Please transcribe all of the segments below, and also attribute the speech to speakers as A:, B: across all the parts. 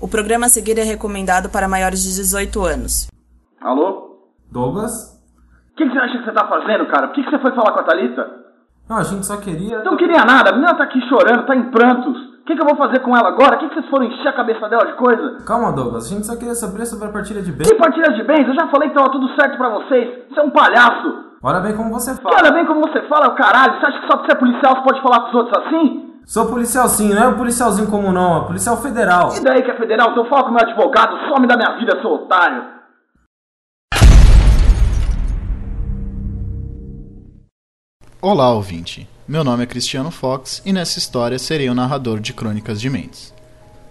A: O programa a seguir é recomendado para maiores de 18 anos.
B: Alô?
C: Douglas?
B: O que, que você acha que você tá fazendo, cara? Por que, que você foi falar com a Thalita?
C: Não, a gente só queria.
B: Eu não queria nada, a menina tá aqui chorando, tá em prantos. O que, que eu vou fazer com ela agora? O que, que vocês foram encher a cabeça dela de coisa?
C: Calma, Douglas, a gente só queria saber sobre a partilha de bens.
B: Que partilha de bens? Eu já falei que tava tudo certo pra vocês. Você é um palhaço.
C: Olha bem como você fala.
B: Cara, bem como você fala, o caralho. Você acha que só porque você é policial você pode falar com os outros assim?
C: Sou policial sim, não é um policialzinho comum não, é policial federal.
B: E daí que é federal? Se eu falo com meu advogado, some da minha vida, seu otário.
D: Olá, ouvinte. Meu nome é Cristiano Fox e nessa história serei o narrador de Crônicas de Mentes.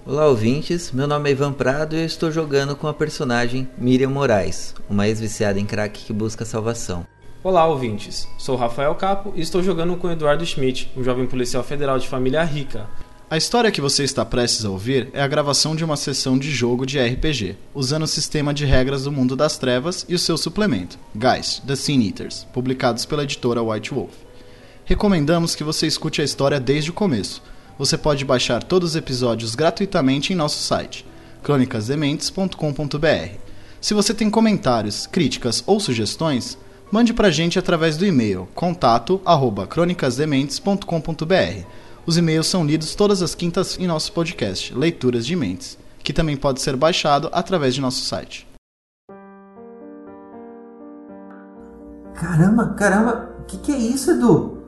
E: Olá, ouvintes. Meu nome é Ivan Prado e eu estou jogando com a personagem Miriam Moraes, uma ex-viciada em crack que busca salvação.
F: Olá, ouvintes. Sou Rafael Capo e estou jogando com Eduardo Schmidt, um jovem policial federal de família rica.
D: A história que você está prestes a ouvir é a gravação de uma sessão de jogo de RPG, usando o sistema de regras do Mundo das Trevas e o seu suplemento, Guys, The Sin Eaters, publicados pela editora White Wolf. Recomendamos que você escute a história desde o começo. Você pode baixar todos os episódios gratuitamente em nosso site, cronicasdementes.com.br. Se você tem comentários, críticas ou sugestões, mande para a gente através do e-mail contato@cronicasdementes.com.br. Os e-mails são lidos todas as quintas em nosso podcast Leituras de Mentes, que também pode ser baixado através de nosso site.
C: Caramba, caramba, o que, que é isso, Edu?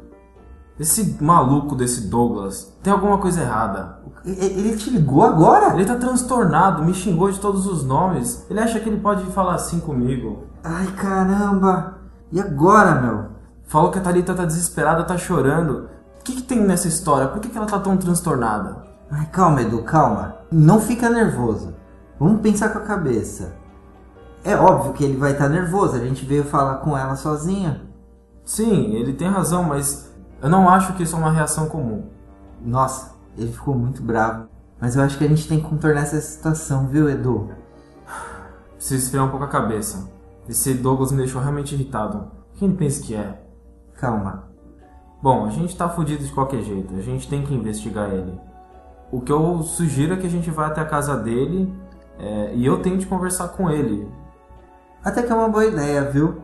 F: Esse maluco desse Douglas tem alguma coisa errada.
C: E- e- Ele te ligou agora?
F: Ele tá transtornado, me xingou de todos os nomes. Ele acha que ele pode falar assim comigo.
C: Ai, caramba. E agora, meu?
F: Falou que a Thalita tá desesperada, tá chorando. O que, que tem nessa história? Por que, que ela tá tão transtornada?
C: Ai, calma, Edu, calma. Não fica nervoso. Vamos pensar com a cabeça. É óbvio que ele vai estar nervoso, a gente veio falar com ela sozinha.
F: Sim, ele tem razão, mas eu não acho que isso é uma reação comum.
C: Nossa, ele ficou muito bravo. Mas eu acho que a gente tem que contornar essa situação, viu, Edu?
F: Preciso esfriar um pouco a cabeça. Esse Douglas me deixou realmente irritado. Quem ele pensa que é?
C: Calma.
F: Bom, a gente tá fudido de qualquer jeito, a gente tem que investigar ele. O que eu sugiro é que a gente vá até a casa dele é, e eu tente conversar com ele.
C: Até que é uma boa ideia, viu?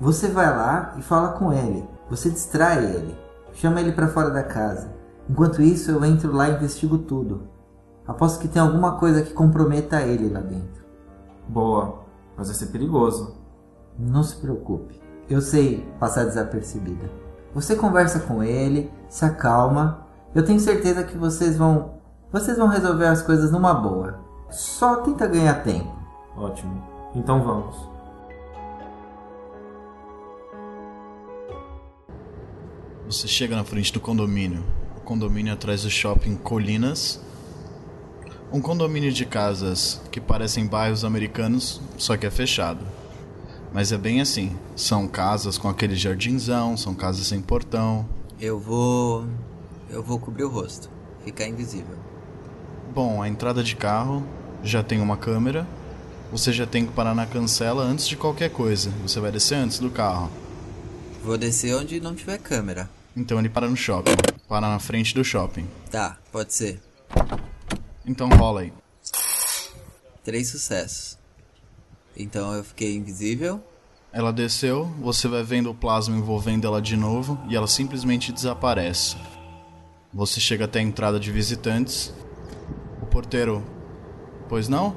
C: Você vai lá e fala com ele. Você distrai ele. Chama ele pra fora da casa. Enquanto isso, eu entro lá e investigo tudo. Aposto que tem alguma coisa que comprometa ele lá dentro.
F: Boa, mas vai ser perigoso.
C: Não se preocupe. Eu sei passar desapercebida. Você conversa com ele, se acalma. Eu tenho certeza que vocês vão. Vocês vão resolver as coisas numa boa. Só tenta ganhar tempo.
F: Ótimo. Então vamos.
D: Você chega na frente do condomínio. O condomínio atrás do shopping Colinas. Um condomínio de casas que parecem bairros americanos, só que é fechado. Mas é bem assim. São casas com aquele jardinzão, são casas sem portão.
E: Eu vou. Eu vou cobrir o rosto, ficar invisível.
D: Bom, a entrada de carro já tem uma câmera. Você já tem que parar na cancela antes de qualquer coisa. Você vai descer antes do carro.
E: Vou descer onde não tiver câmera.
D: Então ele para no shopping. Para na frente do shopping.
E: Tá, pode ser.
D: Então rola aí.
E: Três sucessos. Então eu fiquei invisível.
D: Ela desceu, você vai vendo o plasma envolvendo ela de novo e ela simplesmente desaparece. Você chega até a entrada de visitantes. O porteiro. Pois não?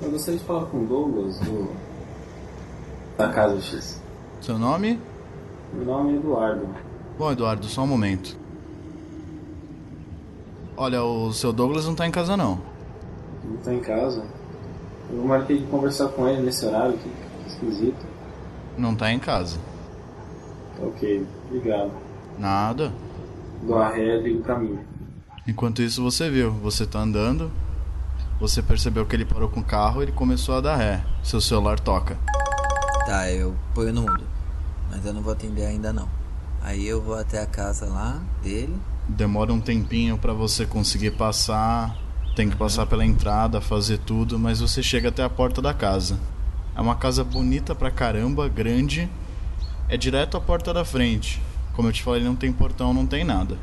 G: Eu gostaria de falar com o Douglas do... da Casa X.
D: Seu nome?
G: Meu nome é Eduardo.
D: Bom, Eduardo, só um momento. Olha, o seu Douglas não tá em casa não.
G: Não tá em casa. Eu marquei de conversar com ele nesse horário, que esquisito.
D: Não tá em casa.
G: Ok, obrigado.
D: Nada.
G: Dou a ré e ligo pra mim.
D: Enquanto isso você viu, você tá andando, você percebeu que ele parou com o carro e ele começou a dar ré. Seu celular toca.
E: Tá, eu ponho no mundo. Mas eu não vou atender ainda não. Aí eu vou até a casa lá dele.
D: demora um tempinho pra você conseguir passar, tem que passar pela entrada, fazer tudo, mas você chega até a porta da casa. É uma casa bonita pra caramba, grande. É direto à porta da frente. Como eu te falei, não tem portão, não tem nada.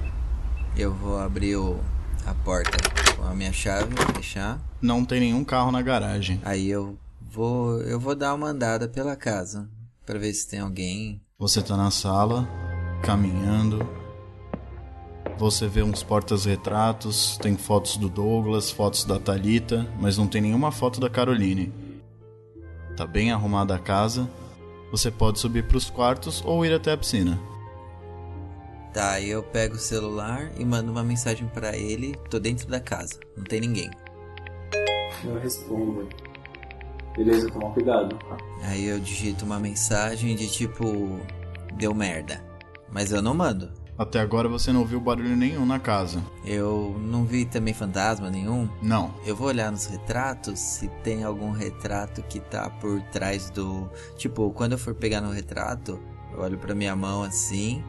E: Eu vou abrir o, a porta com
C: a minha chave, fechar.
D: Não tem nenhum carro na garagem.
C: Aí eu vou, eu vou dar uma andada pela casa pra ver se tem alguém.
D: Você tá na sala, caminhando. Você vê uns portas-retratos, tem fotos do Douglas, fotos da Talita, mas não tem nenhuma foto da Caroline. Tá bem arrumada a casa. Você pode subir pros quartos ou ir até a piscina.
C: Tá, aí eu pego o celular e mando uma mensagem pra ele. Tô dentro da casa, não tem ninguém.
H: Eu respondo. Beleza, toma cuidado.
C: Aí eu digito uma mensagem de tipo. Deu merda. Mas eu não mando.
D: Até agora você não viu barulho nenhum na casa.
C: Eu não vi também fantasma nenhum.
D: Não.
C: Eu vou olhar nos retratos se tem algum retrato que tá por trás do. Tipo, quando eu for pegar no retrato, eu olho pra minha mão assim,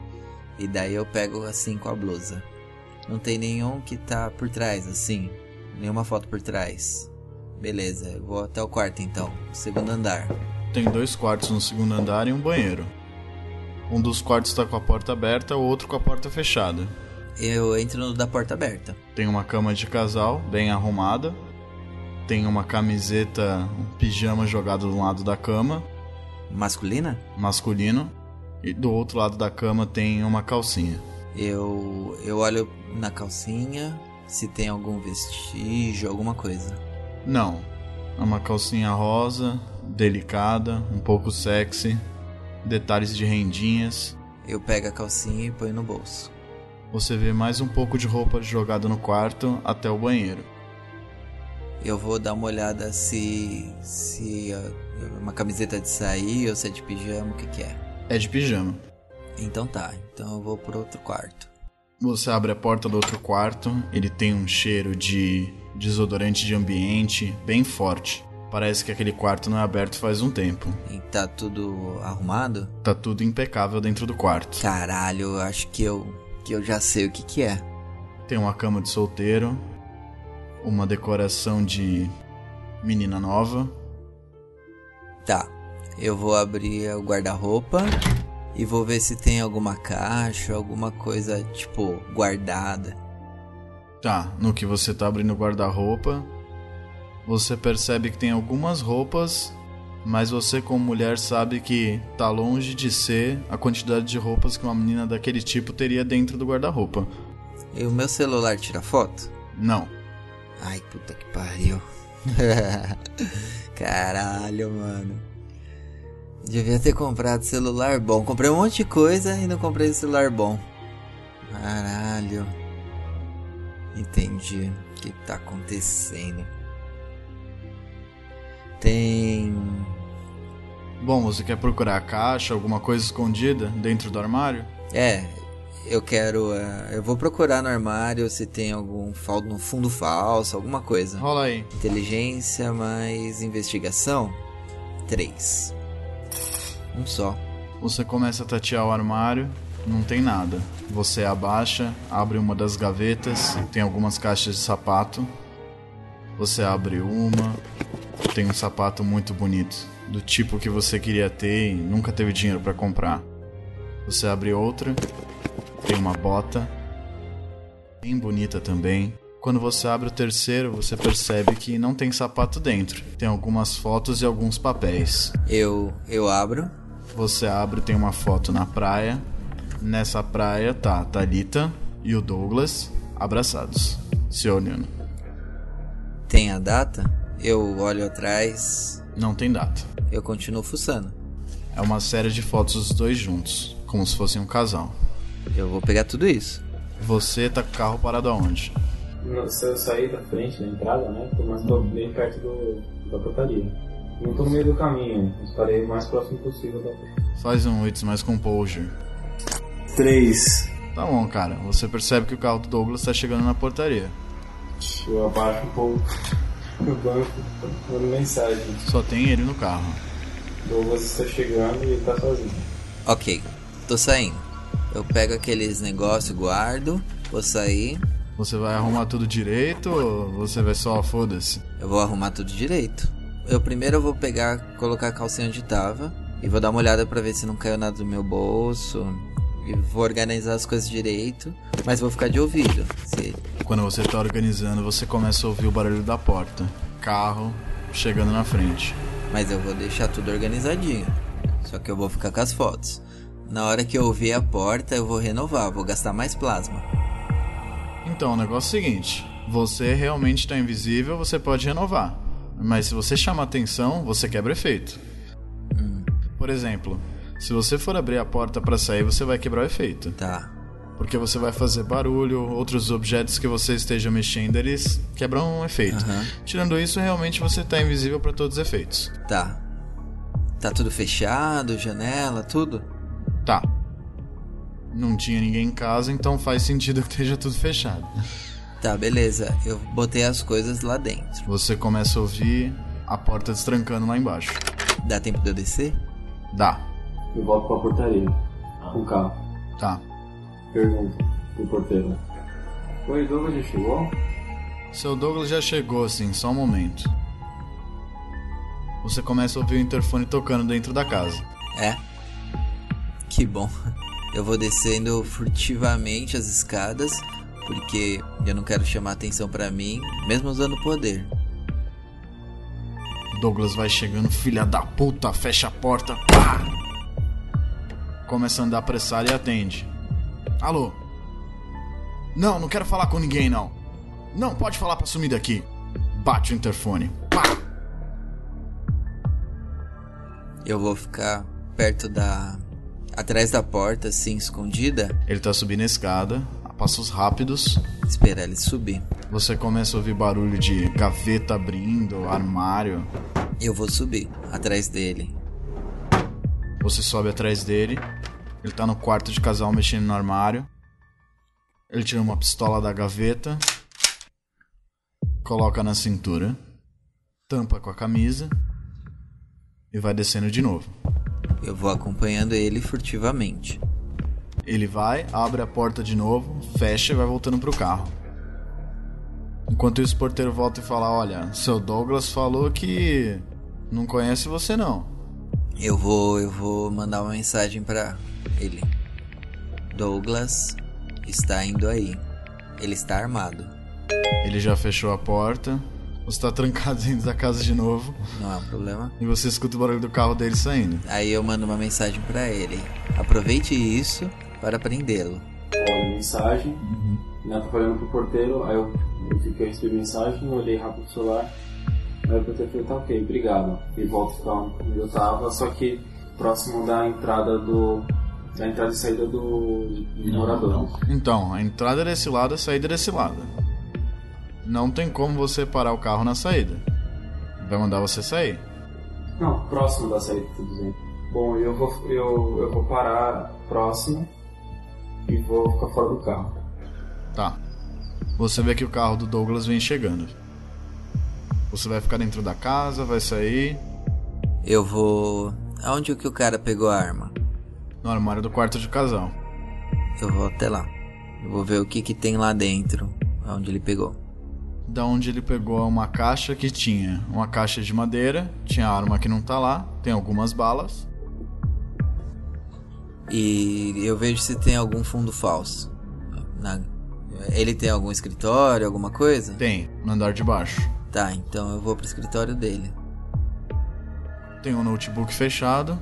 C: e daí eu pego assim com a blusa. Não tem nenhum que tá por trás, assim. Nenhuma foto por trás. Beleza, eu vou até o quarto então, segundo andar.
D: Tem dois quartos no segundo andar e um banheiro. Um dos quartos tá com a porta aberta, o outro com a porta fechada.
C: Eu entro no da porta aberta.
D: Tem uma cama de casal bem arrumada. Tem uma camiseta, um pijama jogado do lado da cama,
C: Masculina?
D: masculino. E do outro lado da cama tem uma calcinha.
C: Eu. eu olho na calcinha se tem algum vestígio, alguma coisa.
D: Não. É uma calcinha rosa, delicada, um pouco sexy. Detalhes de rendinhas.
C: Eu pego a calcinha e ponho no bolso.
D: Você vê mais um pouco de roupa jogada no quarto até o banheiro.
C: Eu vou dar uma olhada se. se é uma camiseta de sair ou se é de pijama, o que, que é.
D: É de pijama.
C: Então tá, então eu vou pro outro quarto.
D: Você abre a porta do outro quarto, ele tem um cheiro de desodorante de ambiente bem forte. Parece que aquele quarto não é aberto faz um tempo.
C: E tá tudo arrumado?
D: Tá tudo impecável dentro do quarto.
C: Caralho, eu acho que eu. que eu já sei o que, que é.
D: Tem uma cama de solteiro, uma decoração de menina nova.
C: Tá, eu vou abrir o guarda-roupa e vou ver se tem alguma caixa, alguma coisa, tipo, guardada.
D: Tá, no que você tá abrindo o guarda-roupa, você percebe que tem algumas roupas, mas você como mulher sabe que tá longe de ser a quantidade de roupas que uma menina daquele tipo teria dentro do guarda-roupa.
C: E o meu celular tira foto?
D: Não.
C: Ai, puta que pariu. Caralho, mano. Devia ter comprado celular bom. Comprei um monte de coisa e não comprei celular bom. Caralho. Entendi o que tá acontecendo. Tem.
D: Bom, você quer procurar a caixa, alguma coisa escondida dentro do armário?
C: É, eu quero. eh, eu vou procurar no armário se tem algum fal... no fundo falso, alguma coisa.
D: Rola aí.
C: Inteligência mais investigação? 3. Um só.
D: Você começa a tatear o armário, não tem nada. Você abaixa, abre uma das gavetas, tem algumas caixas de sapato. Você abre uma, tem um sapato muito bonito, do tipo que você queria ter e nunca teve dinheiro pra comprar. Você abre outra, tem uma bota, bem bonita também. Quando você abre o terceiro, você percebe que não tem sapato dentro. Tem algumas fotos e alguns papéis.
C: Eu, eu abro.
D: Você abre, tem uma foto na praia. Nessa praia tá a Thalita e o Douglas abraçados, se olhando.
C: Tem a data? Eu olho atrás.
D: Não tem data.
C: Eu continuo fuçando.
D: É uma série de fotos dos dois juntos, como se fossem um casal.
C: Eu vou pegar tudo isso.
D: Você tá com o carro parado aonde?
H: Não, Se eu sair da frente, da entrada, né? Tô mais tô bem perto do, da portaria. Não tô no meio do caminho, mas parei o mais próximo possível da portaria.
D: Faz um It's Mais Composure.
H: 3.
D: Tá bom, cara. Você percebe que o carro do Douglas tá chegando na portaria.
H: Eu abaixo um pouco o banco, mando mensagem.
D: Só tem ele no carro.
H: Douglas está chegando e ele tá sozinho.
C: Ok, tô saindo. Eu pego aqueles negócios, guardo. Vou sair.
D: Você vai arrumar tudo direito ou você vai só foda-se?
C: Eu vou arrumar tudo direito. Eu primeiro vou pegar, colocar a calcinha onde tava e vou dar uma olhada pra ver se não caiu nada do meu bolso, e vou organizar as coisas direito, mas vou ficar de ouvido. Se-
D: Quando você tá organizando, você começa a ouvir o barulho da porta. Carro chegando na frente.
C: Mas eu vou deixar tudo organizadinho. Só que eu vou ficar com as fotos. Na hora que eu ouvir a porta, eu vou renovar, vou gastar mais plasma.
D: Então, o negócio é o seguinte: você realmente tá invisível, você pode renovar. Mas se você chama atenção, você quebra efeito. Por exemplo, se você for abrir a porta pra sair, você vai quebrar o efeito.
C: Tá.
D: Porque você vai fazer barulho, outros objetos que você esteja mexendo, eles quebram o efeito.
C: Aham.
D: Tirando isso, realmente você tá invisível pra todos os efeitos.
C: Tá. Tá tudo fechado, janela, tudo?
D: Tá. Não tinha ninguém em casa, então faz sentido que esteja tudo fechado.
C: Tá, beleza. Eu botei as coisas lá dentro.
D: Você começa a ouvir a porta destrancando lá embaixo.
C: Dá tempo de eu descer?
D: Dá.
H: Eu volto pra portaria. Com o carro.
D: Tá.
H: Pergunta pro porteiro. Oi, Douglas, já chegou?
D: Seu Douglas já chegou, sim, só um momento. Você começa a ouvir o interfone tocando dentro da casa.
C: É. Que bom. Eu vou descendo furtivamente as escadas, porque eu não quero chamar atenção pra mim, mesmo usando poder.
D: Douglas vai chegando, filha da puta, fecha a porta. Pá! Começa a andar apressado e atende. Alô? Não, não quero falar com ninguém, não. Não, pode falar pra sumir daqui. Bate o interfone. Pá!
C: Eu vou ficar perto da. atrás da porta, assim, escondida,
D: Ele tá subindo a escada, a passos rápidos.
C: esperar ele subir.
D: Você começa a ouvir barulho de gaveta abrindo, armário.
C: Eu vou subir atrás dele.
D: Você sobe atrás dele. Ele tá no quarto de casal mexendo no armário. Ele tira uma pistola da gaveta. Coloca na cintura. Tampa com a camisa. E vai descendo de novo.
C: Eu vou acompanhando ele furtivamente.
D: Ele vai, abre a porta de novo, fecha e vai voltando pro carro. Enquanto isso, o porteiro volta e fala: Olha, seu Douglas falou que não conhece você não.
C: Eu vou, eu vou mandar uma mensagem pra ele. Douglas está indo aí. Ele está armado.
D: Ele já fechou a porta. Você tá trancado dentro da casa de novo.
C: Não é um problema.
D: E você escuta o barulho do carro dele saindo.
C: Aí eu mando uma mensagem pra ele. Aproveite isso para prendê-lo.
H: Olha a mensagem. Ela tá falando pro porteiro, aí eu, eu fiquei recebi mensagem, olhei rápido pro celular. Aí o porteiro falou, tá ok, obrigado. E volto a ficar onde eu tava, só que próximo da entrada do. Da entrada e saída do. do morador.
D: Então, a entrada é desse lado, a saída é desse lado. Não tem como você parar o carro na saída. Vai mandar você sair.
H: Não, próximo da saída, tudo bem. Bom, eu vou, eu, eu vou parar próximo e vou ficar fora do carro.
D: Tá. Você vê que o carro do Douglas vem chegando. Você vai ficar dentro da casa, vai sair
C: Eu vou. Aonde que o cara pegou a arma?
D: no armário do quarto de casal.
C: Eu vou até lá. Eu vou ver o que, que tem lá dentro. Aonde ele pegou.
D: Da onde ele pegou uma caixa que tinha uma caixa de madeira, tinha a arma que não tá lá, tem algumas balas.
C: E eu vejo se tem algum fundo falso. Na- Ele tem algum escritório, alguma coisa?
D: Tem, no andar de baixo.
C: Tá, então eu vou pro escritório dele.
D: Tem um notebook fechado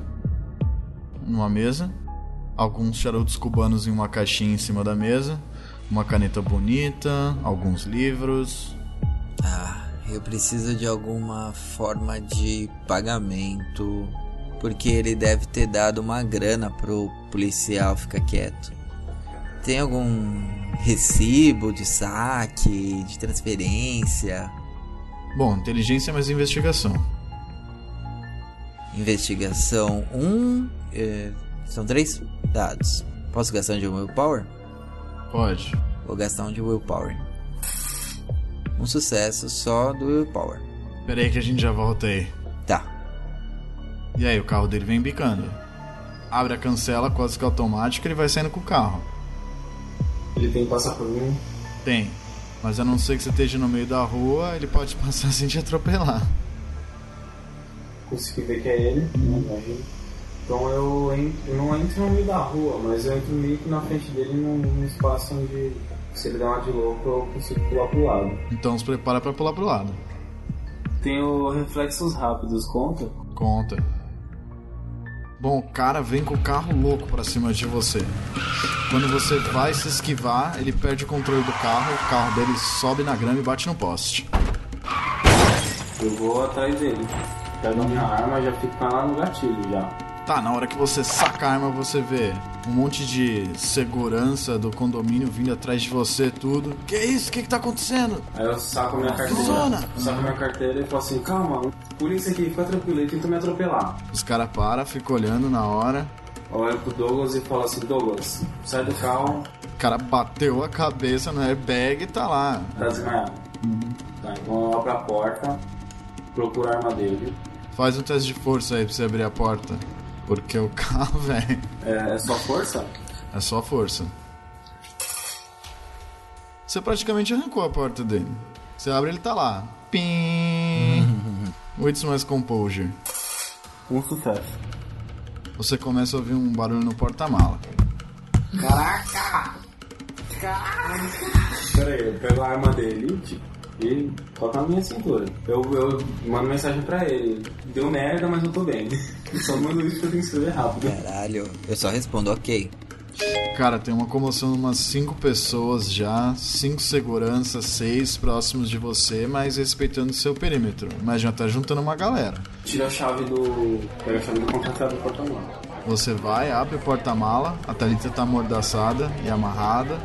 D: numa mesa, alguns charutos cubanos em uma caixinha em cima da mesa, uma caneta bonita, alguns livros.
C: Ah, eu preciso de alguma forma de pagamento. Porque ele deve ter dado uma grana pro policial ficar quieto. Tem algum recibo de saque, de transferência?
D: Bom, inteligência mais investigação.
C: Investigação 1. eh, são três dados. Posso gastar um de willpower?
D: Pode.
C: Vou gastar um de willpower. Um sucesso só do willpower.
D: Pera aí que a gente já volta aí.
C: Tá.
D: E aí, o carro dele vem bicando. Abre a cancela, quase que automática, ele vai saindo com o carro.
H: Ele tem que passar por mim.
D: Tem. Mas a não ser que você esteja no meio da rua, ele pode passar sem te atropelar.
H: consegui ver que é ele, né? Aí Então eu, en- eu não entro no meio da rua, mas eu entro meio que na frente dele num, num espaço onde se ele der uma de louco eu consigo pular pro lado.
D: Então se prepara pra pular pro lado.
H: Tenho reflexos rápidos, conta?
D: Conta. Bom, o cara vem com o carro louco pra cima de você. Quando você vai se esquivar, ele perde o controle do carro, o carro dele sobe na grama e bate no poste.
H: Eu vou atrás dele. Pego a minha arma e já fico lá no gatilho já.
D: Tá, na hora que você saca a arma, você vê um monte de segurança do condomínio vindo atrás de você, tudo. Que isso? O que, que tá acontecendo?
H: Aí eu saco a minha
D: Zona!
H: carteira. Saco a minha carteira e falo assim, calma, polícia aqui, fica tranquilo, ele tenta me atropelar.
D: Os cara para, fica olhando na hora.
H: Eu olho pro Douglas e falo assim, Douglas, sai do carro,
D: O cara bateu a cabeça no airbag e tá lá.
H: tá desmaiado. Tá, então eu abro a porta, procuro a arma dele.
D: Faz um teste de força aí pra você abrir a porta. Porque o carro, velho,
H: É, é só força?
D: é só força. Você praticamente arrancou a porta dele. Você abre ele tá lá. Pim! Wits mais composure.
H: Um sucesso.
D: Você começa a ouvir um barulho no porta-mala.
H: Pera aí, eu pego a arma dele tipo, e toco na minha cintura. Eu, eu mando mensagem pra ele. Deu merda, mas eu tô bem. Só mando isso que eu tenho que escrever rápido.
C: Caralho, eu só respondo ok.
D: Cara, tem uma comoção de umas 5 pessoas já, 5 seguranças, 6 próximos de você, mas respeitando o seu perímetro. Mas já tá juntando uma galera.
H: Tira a chave do. Pega a chave do contratado do porta-mala.
D: Você vai, abre o porta-mala, a Thalita tá amordaçada e amarrada.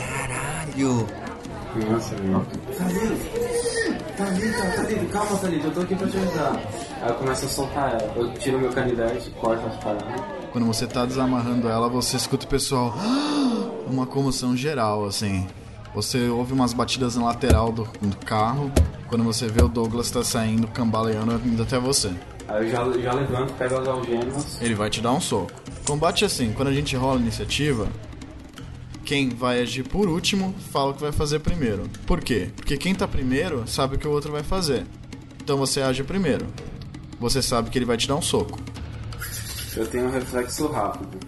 C: Caralho!
H: Nossa, meu. Thalita! Thalita, Thalita, tá calma, Thalita, eu tô aqui pra te ajudar. Aí eu começo a soltar ela. Eu tiro meu canivete, corto as paradas.
D: Quando você tá desamarrando ela, você escuta o pessoal. Uma comoção geral, assim. Você ouve umas batidas na lateral do, do carro. Quando você vê o Douglas tá saindo, cambaleando, indo até você.
H: Aí eu já, já levanto, pego as algemas.
D: Ele vai te dar um soco. Combate é assim, quando a gente rola a iniciativa, quem vai agir por último fala o que vai fazer primeiro. Por quê? Porque quem tá primeiro sabe o que o outro vai fazer. Então você age primeiro. Você sabe que ele vai te dar um soco.
H: Eu tenho um reflexo rápido.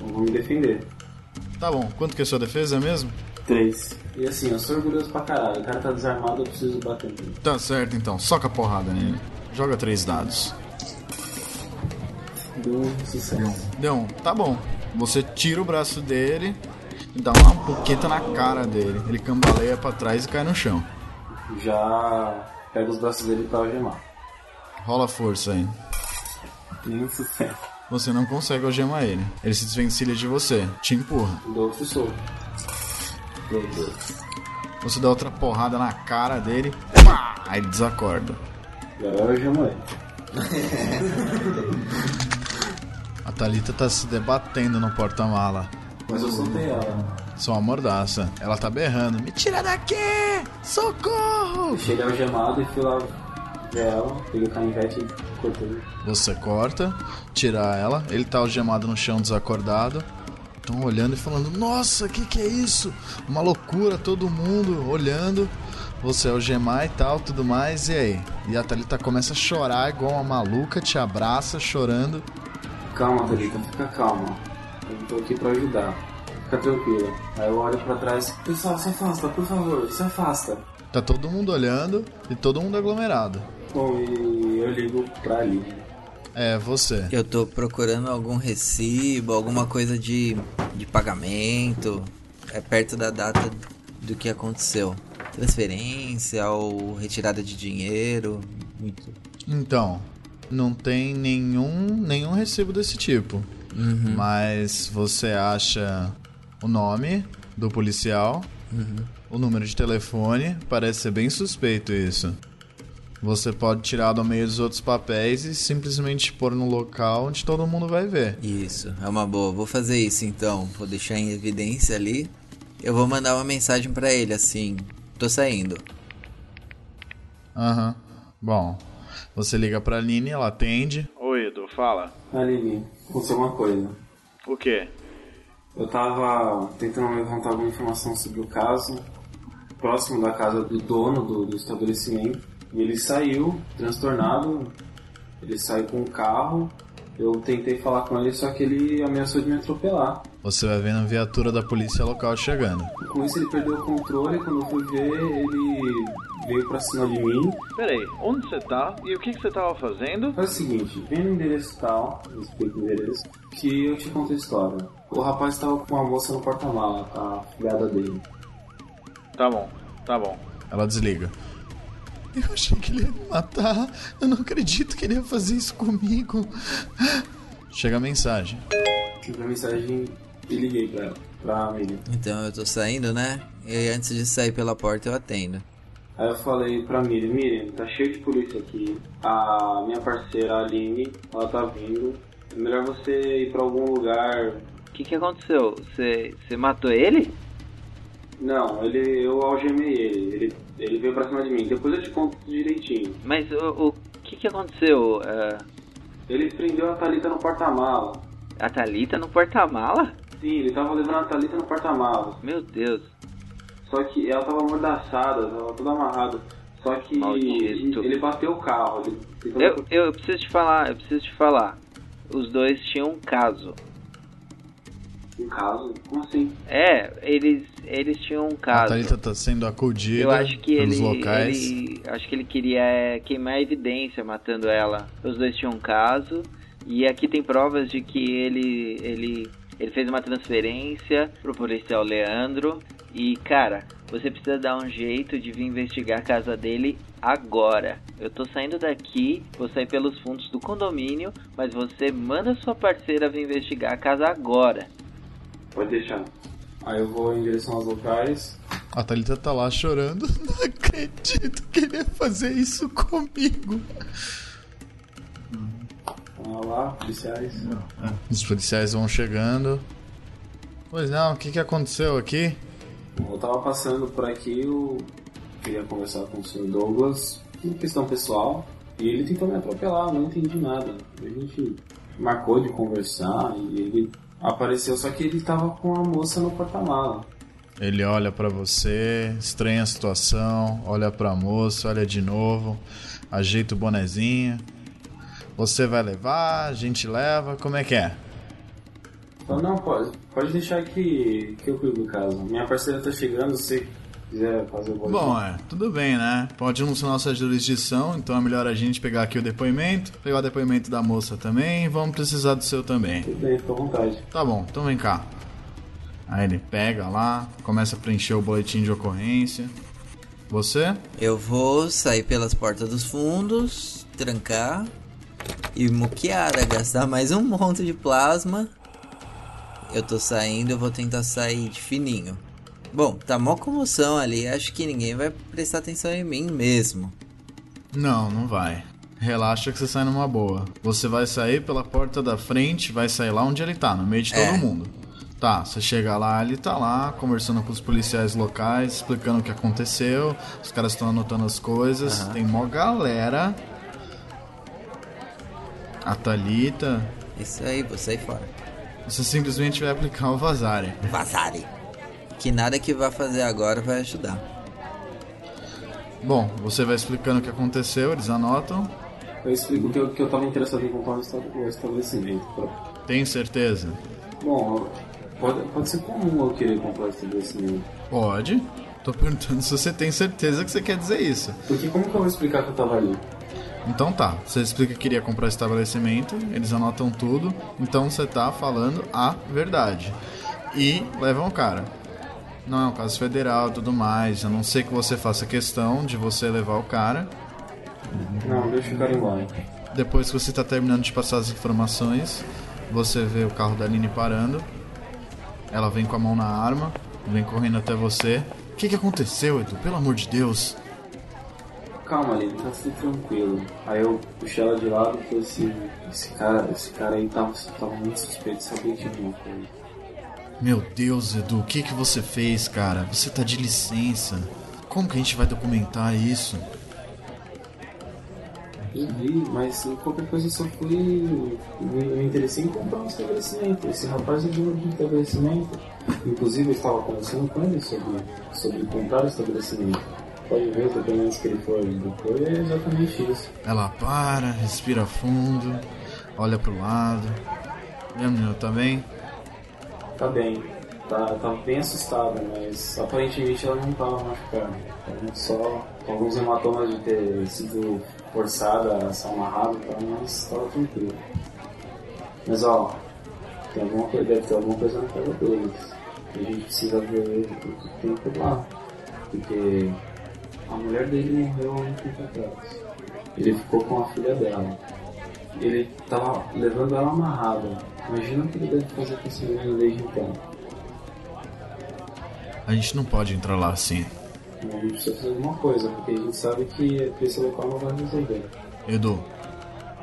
H: Eu vou me defender.
D: Tá bom, quanto que é sua defesa mesmo?
H: Três. E assim, eu sou orgulhoso pra caralho. O cara tá desarmado, eu preciso bater nele.
D: Tá certo então, soca a porrada nele. Joga três dados.
H: Deu um sucesso.
D: Deu um, tá bom. Você tira o braço dele e dá uma puqueta na cara dele. Ele cambaleia pra trás e cai no chão.
H: Já pego os braços dele pra algemar.
D: Rola força aí.
H: Nenhum sucesso.
D: Você não consegue algemar ele. Ele se desvencilha de você, te empurra.
H: Dou outro soco. Dois, dois.
D: Você dá outra porrada na cara dele, pá! Aí ele desacorda.
H: E agora eu algemo ele.
D: A Thalita tá se debatendo no porta-mala.
H: Mas eu soltei ela. né?
D: Só uma mordaça. Ela tá berrando. Me tira daqui! Socorro!
H: Cheguei algemado e fui lá ver ela. Peguei o canivete e cortei.
D: Você corta, tira ela. Ele tá algemado no chão, desacordado. Estão olhando e falando: Nossa, que que é isso? Uma loucura, todo mundo olhando. Você algemar e tal, tudo mais. E aí? E a Thalita começa a chorar igual uma maluca, te abraça chorando.
H: Calma, Thalita, fica calma. Eu tô aqui pra ajudar. Fica tranquila. Aí eu olho pra trás. Pessoal, se afasta, por favor, se afasta.
D: Tá todo mundo olhando e todo mundo aglomerado.
H: Bom, e eu ligo pra Lívia.
D: É você.
C: Eu tô procurando algum recibo, alguma coisa de, de pagamento. É perto da data do que aconteceu. Transferência ou retirada de dinheiro. Muito.
D: Então, não tem nenhum, nenhum recibo desse tipo. Mas você acha o nome do policial, o número de telefone. Parece ser bem suspeito isso. Você pode tirar do meio dos outros papéis e simplesmente pôr no local onde todo mundo vai ver.
C: Isso, é uma boa. Vou fazer isso então. Vou deixar em evidência ali. Eu vou mandar uma mensagem pra ele assim. Tô saindo.
D: Aham. Bom, você liga pra Aline, ela atende.
I: Oi, Edu, fala.
H: Aline, aconteceu uma coisa.
I: O quê?
H: Eu tava tentando levantar alguma informação sobre o caso, próximo da casa do dono do, do estabelecimento, e ele saiu transtornado. Ele saiu com o carro, Eu tentei falar com ele, só que ele ameaçou de me atropelar.
D: Você vai vendo a viatura da polícia local chegando.
H: Com isso ele perdeu o controle, quando eu fui ver, ele veio pra cima de mim.
B: Peraí, onde você tá e o que que você tava fazendo?
H: Faz o seguinte, vem no endereço tal, eu explico o endereço, que eu te conto a história. O rapaz tava com uma moça no porta-mala, a filhada dele.
B: Tá bom, tá bom.
D: Ela desliga. Eu achei que ele ia me matar. Eu não acredito que ele ia fazer isso comigo. Chega a mensagem.
H: Tive a mensagem e liguei pra ela, pra amiga.
J: Então eu tô saindo, né? E antes de sair pela porta eu atendo.
H: Aí eu falei pra Miriam, Miriam, tá cheio de polícia aqui. A minha parceira, a Aline, ela tá vindo. É melhor você ir pra algum lugar.
C: O que, que aconteceu? Você, você matou ele?
H: Não, ele eu algemei ele. ele. Ele veio pra cima de mim. Depois eu te conto direitinho.
C: Mas o, o que, que aconteceu? Ah,
H: Ele prendeu a Thalita no porta-mala.
C: a Thalita no porta-mala?
H: Sim, ele tava levando a Thalita no porta-mala.
C: Meu Deus.
H: Só que ela tava amordaçada, tava toda amarrada. Só que
C: Maldito.
H: ele bateu o carro. Ele, ele
C: Eu, eu preciso te falar, eu preciso te falar. Os dois tinham um caso.
H: Um caso? Como assim?
C: É, eles, eles tinham um
D: A
C: caso.
D: Thalita tá sendo acudida
C: Eu acho que
D: pelos
C: ele,
D: locais.
C: ele- Acho que ele queria é, queimar a evidência matando ela. Os dois tinham um caso. E aqui tem provas de que ele. ele. ele fez uma transferência pro policial Leandro. E, cara, você precisa dar um jeito de vir investigar a casa dele agora. Eu tô saindo daqui, vou sair pelos fundos do condomínio, mas você manda sua parceira vir investigar a casa agora.
H: Pode deixar. Aí eu vou em direção aos locais.
D: A Thalita tá lá chorando. Não acredito que ele ia fazer isso comigo.
H: Olha lá, policiais.
D: Os policiais vão chegando. Pois não, o que, que aconteceu aqui?
H: Eu tava passando por aqui, eu queria conversar com o senhor Douglas, uma questão pessoal, e ele tentou me atropelar, eu não entendi nada. A gente marcou de conversar e ele apareceu, só que ele tava com a moça no porta-mala.
D: Ele olha pra você, estranha a situação, olha pra moça, olha de novo, ajeita o bonezinho. Você vai levar, a gente leva, como é que é?
H: Falei, não, pode, pode deixar que, que eu cuido do caso. Minha parceira tá chegando, se quiser fazer o
D: Bom, é, tudo bem, né? Pode não ser nossa jurisdição, então é melhor a gente pegar aqui o depoimento, pegar o depoimento da moça também, vamos precisar do seu também.
H: tudo bem, fica à vontade.
D: Tá bom, então vem cá. Aí ele pega lá, começa a preencher o boletim de ocorrência. Você?
J: Eu vou sair pelas portas dos fundos, trancar e muquear, gastar mais um monte de plasma. Eu tô saindo, eu vou tentar sair de fininho. Bom, tá mó comoção ali, acho que ninguém vai prestar atenção em mim mesmo.
D: Não, não vai. Relaxa que você sai numa boa. Você vai sair pela porta da frente, vai sair lá onde ele tá, no meio de todo
J: É.
D: mundo. Tá, você chega lá, ele tá lá, conversando com os policiais locais, explicando o que aconteceu, os caras estão anotando as coisas, tem mó galera. A Thalita.
J: Isso aí, vou sair fora.
D: Você simplesmente vai aplicar o vazare.
J: Vazare! Que nada que vá fazer agora vai ajudar.
D: Bom, você vai explicando o que aconteceu, eles anotam.
H: Eu explico que eu, que eu tava interessado em comprar um esta- um estabelecimento. pra-
D: Tem certeza?
H: Bom, pode, pode ser comum eu querer comprar um estabelecimento.
D: Pode. Tô perguntando se você tem certeza que você quer dizer isso.
H: Porque como que eu vou explicar que eu tava ali?
D: Então tá, você explica que queria comprar esse estabelecimento, eles anotam tudo, então você tá falando a verdade. E levam o cara. Não é um caso federal e tudo mais, a não ser que você faça questão de você levar o cara.
H: Não, deixa o cara embora.
D: Depois que você tá terminando de passar as informações, você vê o carro da Aline parando. Ela vem com a mão na arma, vem correndo até você. O que, que aconteceu, Edu? Pelo amor de Deus!
H: Calma, Lili, tá tudo tranquilo. Aí eu puxei ela de lado e falei assim, esse cara, esse cara aí tava, tava muito suspeito, sabia de alguma coisa.
D: Meu Deus, Edu, o que, que você fez, cara? Você tá de licença. Como que a gente vai documentar isso?
H: Eu vi, mas qualquer coisa eu só fui. Me, me interessei em comprar um estabelecimento. Esse rapaz é dono de um estabelecimento. Inclusive eu estava conversando com ele sobre, sobre comprar o estabelecimento. Pode ver os documentos que ele foi. Foi exatamente isso.
D: Ela para, respira fundo. olha pro lado. Meu menino, tá bem?
H: Tá bem. Tá, tá bem assustada, mas aparentemente ela não tava machucada. Então, só com alguns hematomas de ter sido forçada a ser amarrada, tá? mas tava tranquila. Mas ó, tem alguma coisa, deve ter alguma coisa na casa deles. A gente precisa ver o que tem por lá. Porque a mulher dele morreu há um tempo atrás. Ele ficou com a filha dela. Ele tava levando ela amarrada. Imagina o que ele deve fazer com esse menino desde então.
D: A gente não pode entrar lá assim.
H: Então, A gente precisa fazer alguma coisa, porque a gente sabe que esse local não vai resolver.
D: Edu,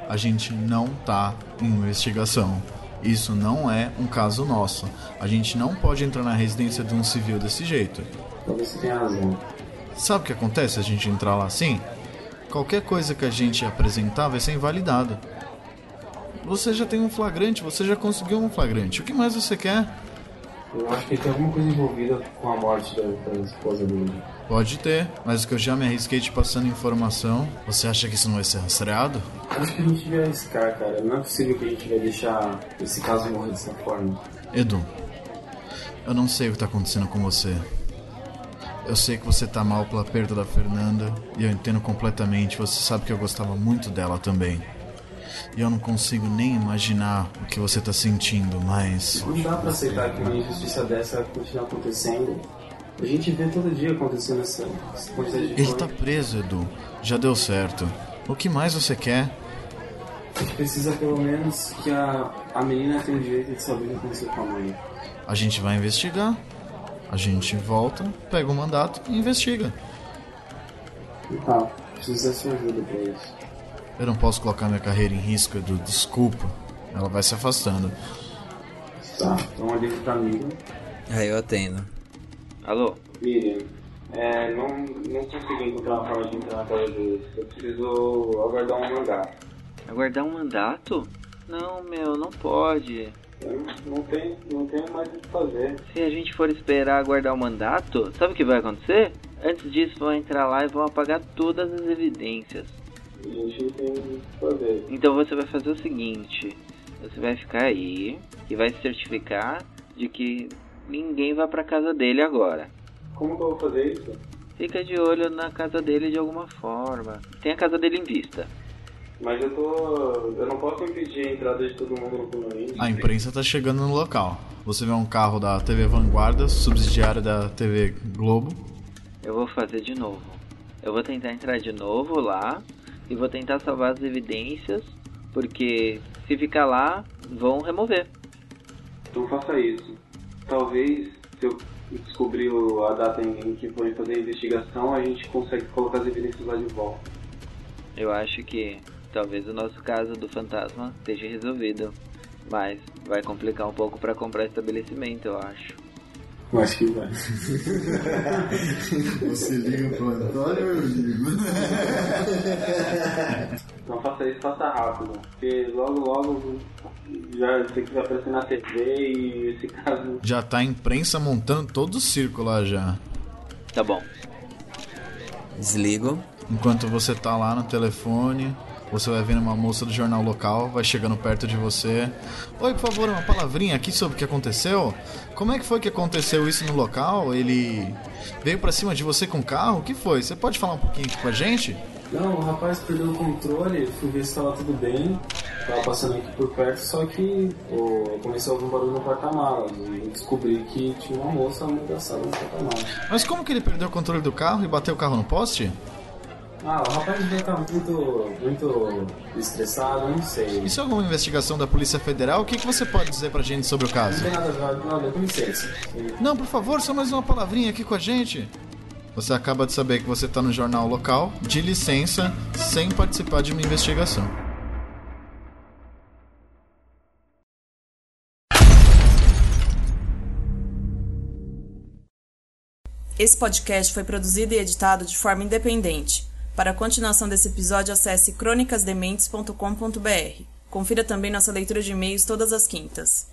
D: a gente não tá em investigação. Isso não é um caso nosso. A gente não pode entrar na residência de um civil desse jeito.
H: Talvez você tenha razão.
D: Sabe o que acontece se a gente entrar lá assim? Qualquer coisa que a gente apresentar vai ser invalidada. Você já tem um flagrante, você já conseguiu um flagrante. O que mais você quer?
H: Eu acho que tem alguma coisa envolvida com a morte da, da esposa dele.
D: Pode ter, mas o que eu já me arrisquei te passando informação. Você acha que isso não vai ser rastreado?
H: Acho que a gente vai arriscar, cara. Não é possível que a gente vai deixar esse caso morrer dessa forma.
D: Edu, eu não sei o que tá acontecendo com você. Eu sei que você tá mal pela perda da Fernanda e eu entendo completamente. Você sabe que eu gostava muito dela também. E eu não consigo nem imaginar o que você tá sentindo, mas.
H: Não dá pra aceitar que uma injustiça dessa continue acontecendo. A gente vê todo dia acontecendo essa, essa quantidade de
D: Ele
H: coisa.
D: tá preso, Edu. Já deu certo. O que mais você quer?
H: A gente precisa pelo menos que a, a menina tenha o direito de saber o que aconteceu com a mãe.
D: A gente vai investigar. A gente volta, pega o mandato e investiga.
H: Tá, preciso da sua ajuda pra isso.
D: Eu não posso colocar minha carreira em risco, Edu. Desculpa. Ela vai se afastando.
H: Tá, então ligo pra Miriam.
K: Aí eu atendo.
C: Alô?
H: Miriam, é, não, não consegui encontrar uma forma de entrar na casa deles. Eu preciso aguardar um lugar.
C: Aguardar um mandato? Não, meu, não pode.
H: Eu não tenho, não tenho mais o que fazer.
C: Se a gente for esperar aguardar o mandato, sabe o que vai acontecer? Antes disso, vão entrar lá e vão apagar todas as evidências.
H: A gente não tem o que fazer.
C: Então você vai fazer o seguinte: você vai ficar aí e vai se certificar de que ninguém vai pra casa dele agora.
H: Como que eu vou fazer isso?
C: Fica de olho na casa dele de alguma forma. Tem a casa dele em vista.
H: Mas eu tô. Eu não posso impedir a entrada de todo mundo no condomínio.
D: A imprensa tá chegando no local. Você vê um carro da TV Vanguarda, subsidiária da TV Globo.
C: Eu vou fazer de novo. Eu vou tentar entrar de novo lá e vou tentar salvar as evidências, porque se ficar lá, vão remover.
H: Então faça isso. Talvez, se eu descobrir o- a data em que forem fazer a investigação, a gente consegue colocar as evidências lá de volta.
C: Eu acho que talvez o nosso caso do fantasma esteja resolvido, mas vai complicar um pouco pra comprar estabelecimento, eu acho.
H: Eu acho que vai.
D: Você liga o plantório ou eu ligo?
H: Não faça Então, isso, faça rápido. Porque logo, logo, já sei que vai aparecer na TV e esse caso.
D: Já tá a imprensa montando todo o circo lá já.
C: Tá bom.
K: Desligo.
D: Enquanto você tá lá no telefone, você vai vendo uma moça do jornal local, vai chegando perto de você. Oi, por favor, uma palavrinha aqui sobre o que aconteceu. Como é que foi que aconteceu isso no local? Ele veio pra cima de você com o carro? O que foi? Você pode falar um pouquinho aqui com a gente?
H: Não, o rapaz perdeu o controle, fui ver se tava tudo bem. Tava passando aqui por perto, só que ô, eu comecei a ouvir um barulho no porta-malas. E descobri que tinha uma moça amordaçada no porta-malas.
D: Mas como que ele perdeu o controle do carro e bateu o carro no poste?
H: Ah, o rapaz devia estar muito, muito estressado, eu não sei.
D: Isso é alguma investigação da Polícia Federal? O que, que você pode dizer pra gente sobre o
H: Não
D: caso?
H: tem nada a ver, não, eu comecei.
D: Não, por favor, só mais uma palavrinha aqui com a gente. Você acaba de saber que você tá no jornal local, de licença, sem participar de uma investigação.
A: Esse podcast foi produzido e editado de forma independente. Para a continuação desse episódio, acesse crônicasdementes.com.br. Confira também nossa leitura de e-mails todas as quintas.